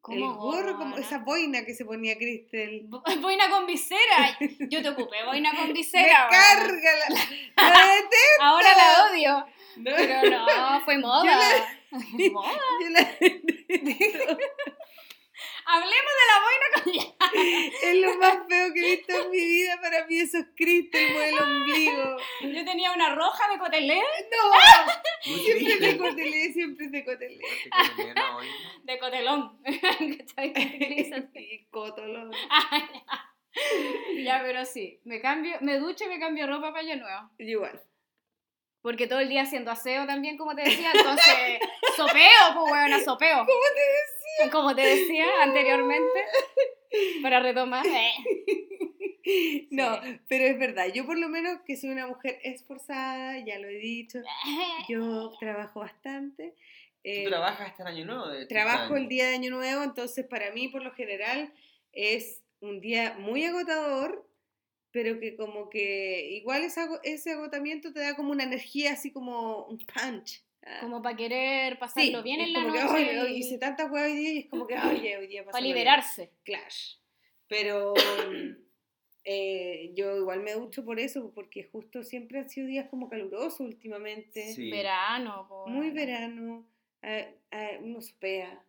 El ¿Cómo gorro, como Ana? esa boina que se ponía Cristel. Bo- Boina con visera. Yo te ocupé, boina con ¡Me visera. weón. carga la- la detest- Ahora la odio. No, Pero no, fue moda. Moda. yo la detesto. Hablemos de la boina con Es lo más feo que he visto en mi vida. Para mí eso es Cristel, mueve el ombligo. Yo tenía una roja de cotelé, No, Muy siempre triste. te cotelé, siempre te cotelé. Porque no, hoy no. de Este cotelón. ¿Cachai? Que utilizan. Y cotolo. Ah, ya. Ya, pero sí, me cambio, me ducho y me cambio ropa para año nuevo. Yo igual. Porque todo el día haciendo aseo también, como te decía, entonces, sopeo, pues weón, sopeo. Como te decía. Como te decía anteriormente, para retomar. eh. No, pero es verdad. Yo por lo menos que soy una mujer esforzada, ya lo he dicho. Yo trabajo bastante. eh, Tú trabajas hasta el año nuevo. de trabajo 30 el día de Año Nuevo, entonces para mí por lo general es un día muy agotador, pero que como que igual ese, ago- ese agotamiento te da como una energía así como un punch. Ah, Como para querer sí, pasarlo bien es en la como que, noche. "Ay, hoy y- hice tantas huevas hoy día y es como que oye, hoy día pasó para lo bien". liberarse. Clash. Pero eh, yo igual me ducho por eso, porque justo siempre han sido días como calurosos últimamente. Sí. Verano, po, Muy weona. verano. ah, ah, uno sopea.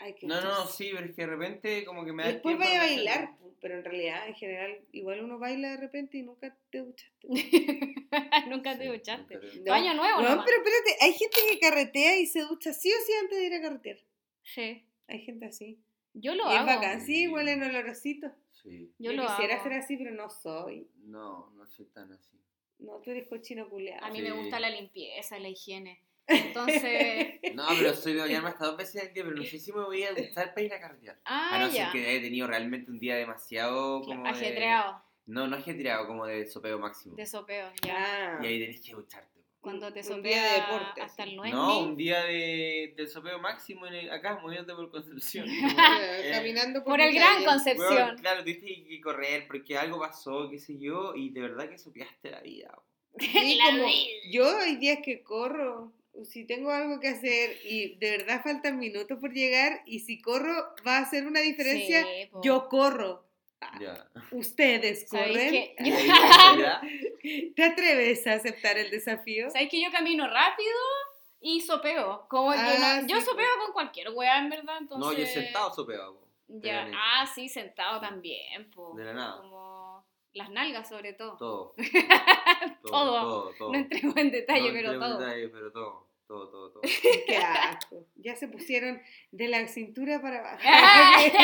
Hay que No, no, ducharse. sí, pero es que de repente como que me da el Después tiempo vaya a de hacer- bailar, pu, pero en realidad, en general, igual uno baila de repente y nunca te duchaste. Nunca Sí, te duchaste. nunca te- No. Año nuevo, Weón, nomás. pero espérate, hay gente que carretea y se ducha sí o sí antes de ir a carretear. Sí. Hay gente así. Yo lo y es hago. bacán, sí, huelen olorosito. Sí. Yo, lo quisiera hago. ser así, pero no soy. No, no soy tan así. No, tú eres cochino culeado. A mí me Sí. gusta la limpieza, la higiene. Entonces, No, pero soy de bañarme hasta dos veces al día, pero no sé si me voy a gustar para ir a carretear. ah, A no ya. ser que haya tenido realmente un día demasiado como de- Ajetreado, No, no ajetreado, como de sopeo máximo. de sopeo, ya. Ah, Y ahí tenés que ducharte. Cuando te un sopea día de deporte, hasta así. el 9. No, un día de, de sopeo máximo en el- acá, moviéndote por Concepción. eh, Eh, caminando por, Por el mi Gran calle. Weón, Concepción. claro, tuviste que correr porque algo pasó, qué sé yo, y de verdad que sopeaste la vida. weón. Sí, La como vida. yo hay días que corro, si tengo algo que hacer y de verdad faltan minutos por llegar y si corro va a hacer una diferencia, Sí, po. yo corro. Ya. Ustedes ¿Sabéis corren. que- Ah, Ahí, ya. ¿Te atreves a aceptar el desafío? ¿Sabes que yo camino rápido y sopeo? Como que Ah, no- yo sí, sopeo con cualquier weá, en verdad. No, Entonces, yo sentado sopeaba. weón. Ya. Pero en el- Ah, sí, sentado también. po. De la nada. Como las nalgas, sobre todo. Todo. todo, Todo. todo, todo. No entremos en detalle, No pero entremos en todo. detalle, pero todo. Todo, todo, todo. Qué asco. Ya se pusieron de la cintura para abajo.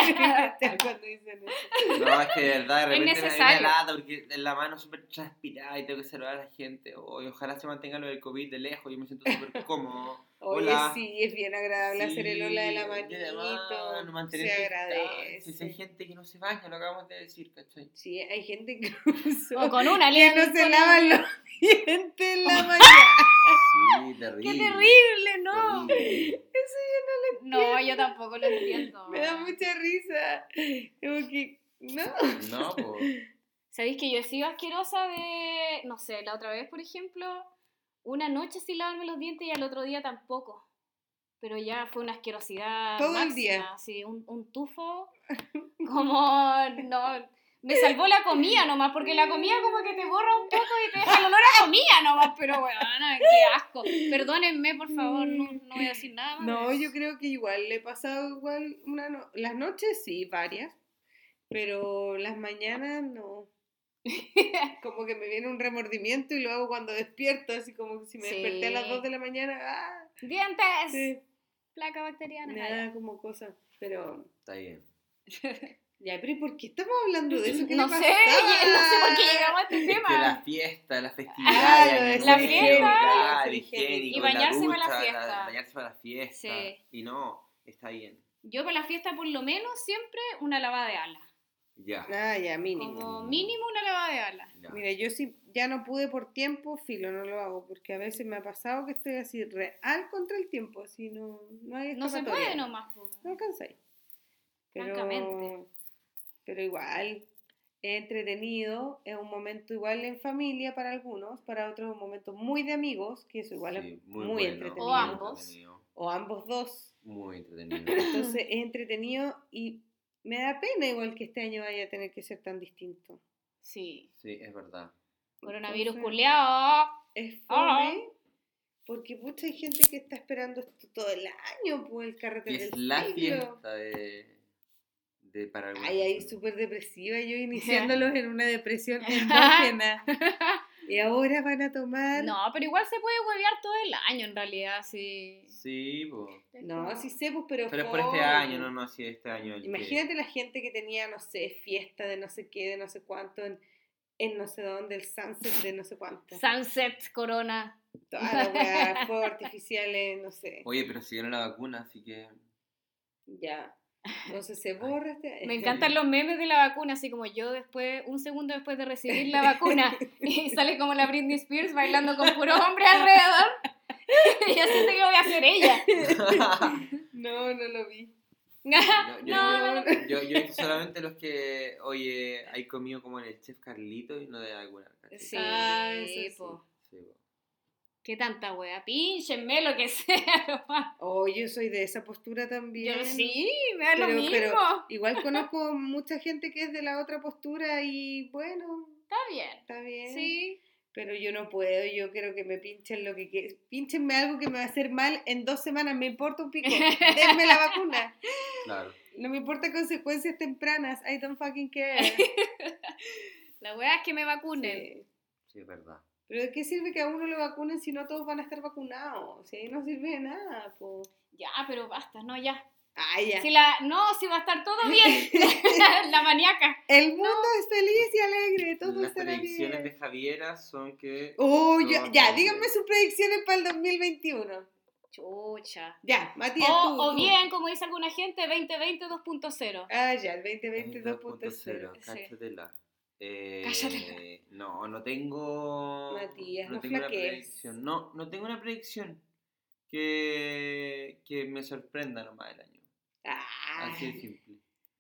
Cuando dicen eso. No, es que de verdad, de Es repente me da necesario. lata porque en la mano súper transpirada y tengo que saludar a la gente. Hoy ojalá se mantenga lo del COVID de lejos, yo me siento súper cómodo. Oye, Hola. sí, es bien agradable hacer el hola de la manito. mano, mantener se distancia. agradece. Si hay gente que no se baña, lo acabamos de decir, ¿cachai? Sí, hay gente incluso O con Oh. una que línea. no se lavan los dientes en la mañana. Sí, terrible. ¡Qué terrible, no! terrible. No, yo tampoco lo entiendo. Me da mucha risa. Como que, no. No, pues. ¿Sabéis que yo he sido asquerosa de, no sé, la otra vez, por ejemplo, una noche sin lavarme los dientes y al otro día tampoco. Pero ya fue una asquerosidad. Todo el máxima, día. Sí, un, un tufo. Como, no. Me salvó la comida nomás, porque la comida como que te borra un poco y te deja el olor a comida nomás, pero bueno, qué asco. Perdónenme, por favor, no, no voy a decir nada más. No, yo creo que igual le he pasado igual una no- las noches sí, varias, pero las mañanas no. Como que me viene un remordimiento y lo hago cuando despierto, así como si me desperté a las Sí. 2 de la mañana, ah, Dientes, sí, placa bacteriana. me da como cosa, pero Está bien. ya, pero ¿y por qué estamos hablando de eso? ¿Qué le No sé, no pasaba? sé por qué llegamos a este Es que tema. la fiesta, la festividad, Claro, de es Año la Nuevo, fiesta, claro, ser higiénico. higiénico, Y bañarse la para la ducha, fiesta. bañarse para la fiesta. Sí. Y no, está bien. Yo para la fiesta por lo menos siempre una lavada de alas. Ya. Ah, ya, mínimo. Como mínimo una lavada de alas. ya. Mira, yo si ya no pude por tiempo, filo, no lo hago, porque a veces me ha pasado que estoy así real contra el tiempo, así no, no hay No se escapatoria. puede nomás. po. No alcanzáis. Pero, Francamente. pero igual, es entretenido, es un momento igual en familia para algunos, para otros un momento muy de amigos, que eso igual Sí, es muy bueno, entretenido. O ambos. entretenido, O ambos dos. Muy entretenido. Entonces es entretenido y me da pena igual que este año vaya a tener que ser tan distinto. Sí. Sí, es verdad. Coronavirus Entonces- culeado. Es Ah. fome. Porque pucha, hay gente que está esperando esto todo el año, pues el Y carrete del es la siglo. fiesta de, de para algunas Ay, ahí personas. súper depresiva yo iniciándolos en una depresión endógena. Y ahora van a tomar. No, pero igual se puede huevear todo el año en realidad, sí. Sí, po. No, sí sé, pues, pero. Pero es por este fue- año, no, no, sí, este año. el que- Imagínate la gente que tenía, no sé, fiesta de no sé qué, de no sé cuánto, en, en no sé dónde, el sunset de no sé cuánto. Sunset, Corona. Toda la weá, fuegos artificiales, no sé. Oye, pero si dieron la vacuna, así que. Ya. Entonces se borra este. Me encantan los memes de la vacuna, así como yo después, un segundo después de recibir la vacuna, y sale como la Britney Spears bailando con puros hombres alrededor. Y yo siento que voy a ser ella. No, no lo vi. No, yo, No, yo, yo- yo he visto solamente los que, oye, hay comido como en el chef Carlito y no de alguna. ¿cachai? Sí, Ah, eso sí. po. Sí, po. Qué tanta wea, pínchenme lo que sea. nomás. Oh, yo soy de esa postura también. Yo sí, me da lo Pero- mismo. pero- Igual conozco mucha gente que es de la otra postura y bueno, Está bien. está bien. Sí. Pero yo no puedo, yo quiero que me pinchen lo que quie- Pinchenme algo que me va a hacer mal en dos semanas, me importa un pico. Denme la vacuna. Claro. No me importa consecuencias tempranas. I don't fucking care. La wea es que me vacunen. Sí. Sí, es verdad. Pero ¿de qué sirve que a uno lo vacunen si no todos van a estar vacunados? Si ahí no sirve de nada, po. Ya, pero basta, no, ya. Ay, ya. Si la, no, si va a estar todo bien. la maníaca. El mundo es feliz y alegre, todo Las estará predicciones bien. de Javiera son que. Oh, yo- Todo ya, estará díganme bien. sus predicciones para el 2021. Chucha. Ya, Matías, tú, O, o tú. bien, como dice alguna gente, 2020 2.0. Ah, ya, el 2022.0. 22.0, Sí. cáchatela. Eh, Cáchatela. No, no tengo. Matías, no tengo una flaquees. predicción. No, no tengo una predicción que, que me sorprenda nomás el año. Ah, Así de simple.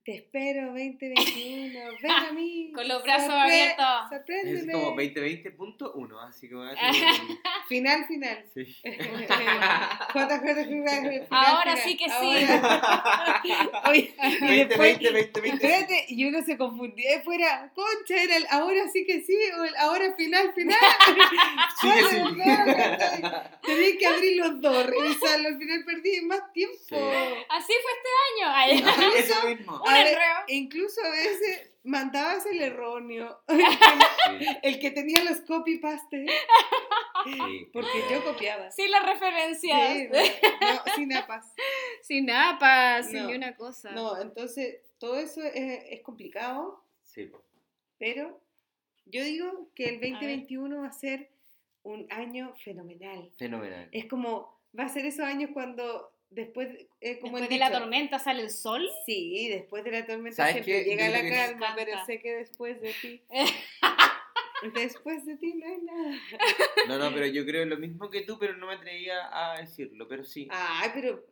te espero 2021. Ven a mí. Con los brazos sorpre- abiertos. Es Sorpréndeme. como 2020.1, así que voy a decir- Final, final. Sí. Jota, Jota, final, Ahora final. sí que sí. Oye, y 20, después- 20, 20, 20. Espérate, y uno se confundía. Fuera, concha, era el ahora sí que sí o el ahora final, final. Sí que sí. Claro, claro, Tenía que abrir los dos, revisarlo. Al final perdí más tiempo. Sí. Así fue este año. Ay, Eso mismo. un A ver, enreo. E Incluso a veces mandabas el erróneo, Sí, el que tenía los copy-pastes, sí. porque yo copiaba. Sin las referencias. Sí, no, no, sin apas. Sin nada, sin No. ni una cosa. No, entonces todo eso es, es complicado, Sí, po. pero yo digo que el 2021 va a ser un año fenomenal. fenomenal. Es como, va a ser esos años cuando después, eh, como Después el de la dicho, tormenta sale el sol. Sí, después de la tormenta ¿Sabes siempre qué? llega Yo la creo que- calma, pero Canta. Eh. sé que después de ti. después de ti no hay nada. No, no, pero yo creo lo mismo que tú, pero no me atrevía a decirlo, pero sí. Ay, pero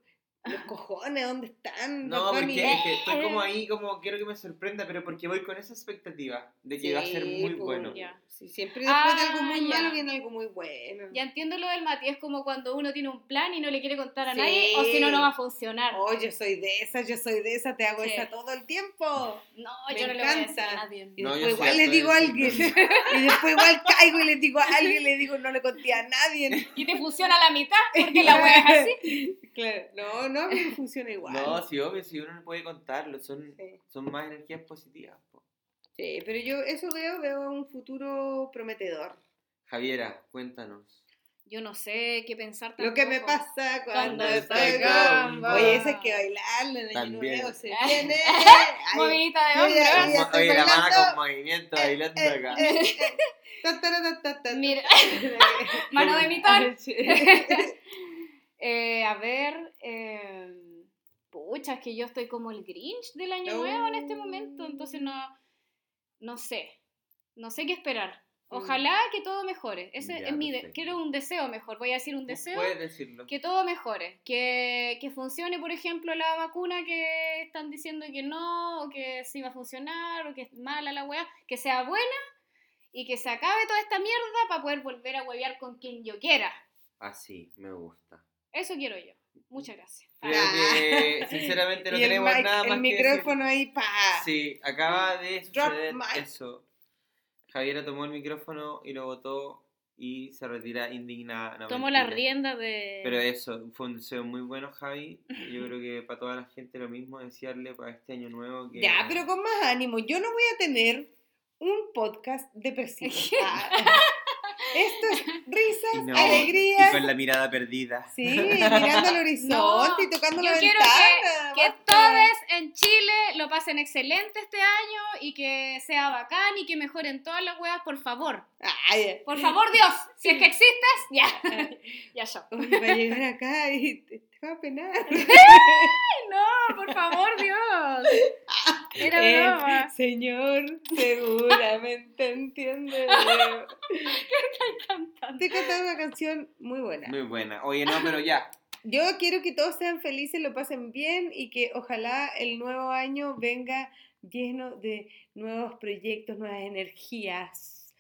los cojones, ¿dónde están? No, Bad porque Bunny? es que estoy como ahí, como quiero que me sorprenda, pero porque voy con esa expectativa de que va a ser Sí, pues, muy po. bueno. Ya. Sí, siempre después de algo Ah, muy ya. malo viene algo muy bueno. Ya entiendo lo del Mati. Es como cuando uno tiene un plan y no le quiere contar a Sí. nadie, o si no, no va a funcionar. Oh, yo soy de esa, yo soy de esa, te hago Sí. esa todo el tiempo. No, Me yo no le voy a decir encanta. a nadie. Y No, yo después igual soy le harto de digo a alguien. decirlo. y después igual caigo y le digo a alguien, le digo, no le conté a nadie. Y te funciona la mitad porque la wea es así. Claro, no, no, pero funciona igual. No, sí, obvio, si uno no puede contarlo, son, Sí. son más energías positivas. po. Sí, pero yo eso veo, veo un futuro prometedor. Javiera, cuéntanos. Yo no sé qué pensar Lo que me tampoco. pasa cuando Cuando estoy estoy con... con- Oye, ese es que bailarlo en el año También. nuevo se viene. Ay, Movidita de Yo ya- hombro. Ahí ya estoy Oye, la mano bailando. con movimiento Eh, bailando eh, acá. eh, eh. Ta, ta, ta, ta, ta, Mira, ta. mano de mitad. Sí. Eh, a ver, eh, pucha, es que yo estoy como el Grinch del año Oh. nuevo en este momento, entonces no, no sé, no sé qué esperar. Ojalá que todo mejore. Ese Ya, es mi de- perfecto. quiero un deseo mejor. Voy a decir un deseo Puedes decirlo. que todo mejore, que, que funcione, por ejemplo, la vacuna que están diciendo que no, o que sí va a funcionar, o que es mala la weá, que sea buena y que se acabe toda esta mierda para poder volver a huevear con quien yo quiera. Así, Ah, me gusta. Eso quiero yo. Muchas gracias. Ah, Creo que, sinceramente, no Ah. Y el, tenemos mic- nada el más que decir. micrófono ahí pa. Sí, acaba de Drop suceder mic. eso. Javiera tomó el micrófono y lo botó y se retira indignada. No, Tomo la mentira. rienda de... Pero eso, fue un deseo muy bueno, Javi. Yo creo que para toda la gente lo mismo, desearle para este año nuevo que... Ya, pero con más ánimo. Yo no voy a tener un podcast depresivo. Ah, Esto es risas, Y no, alegrías. Y con la mirada perdida. Sí, mirando al horizonte y tocando yo la quiero ventana. que basta. todos en Chile lo pasen excelente este año y que sea bacán y que mejoren todas las weas, por favor. Ay, Por favor, Dios, si es que existes, ya. ya yo. Oye, va a llegar acá y te, te va a penar. No, por favor, Dios. Era Eh, broma. Señor, seguramente entiende. Cantando. Te cantando una canción muy buena. Muy buena. Oye, no, pero ya. Yo quiero que todos sean felices, lo pasen bien y que ojalá el nuevo año venga lleno de nuevos proyectos, nuevas energías.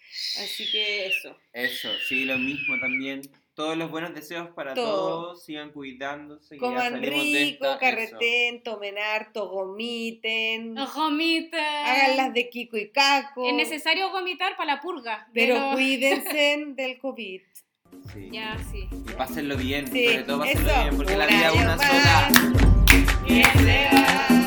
Así que eso. Eso, sí, lo mismo también. Todos los buenos deseos para Todo. todos. Sigan cuidándose. que ya Coman salimos de rico, esta, eso. carreten, tomen harto, gomiten, Gomiten. hagan las de Kiko y Caco, Es necesario vomitar para la purga. pero pero- cuídense del COVID. Sí. Ya, sí. Y pásenlo bien. Sí, sobre todo pásenlo eso. bien, porque la Un vida es año una más. sola. Que se va.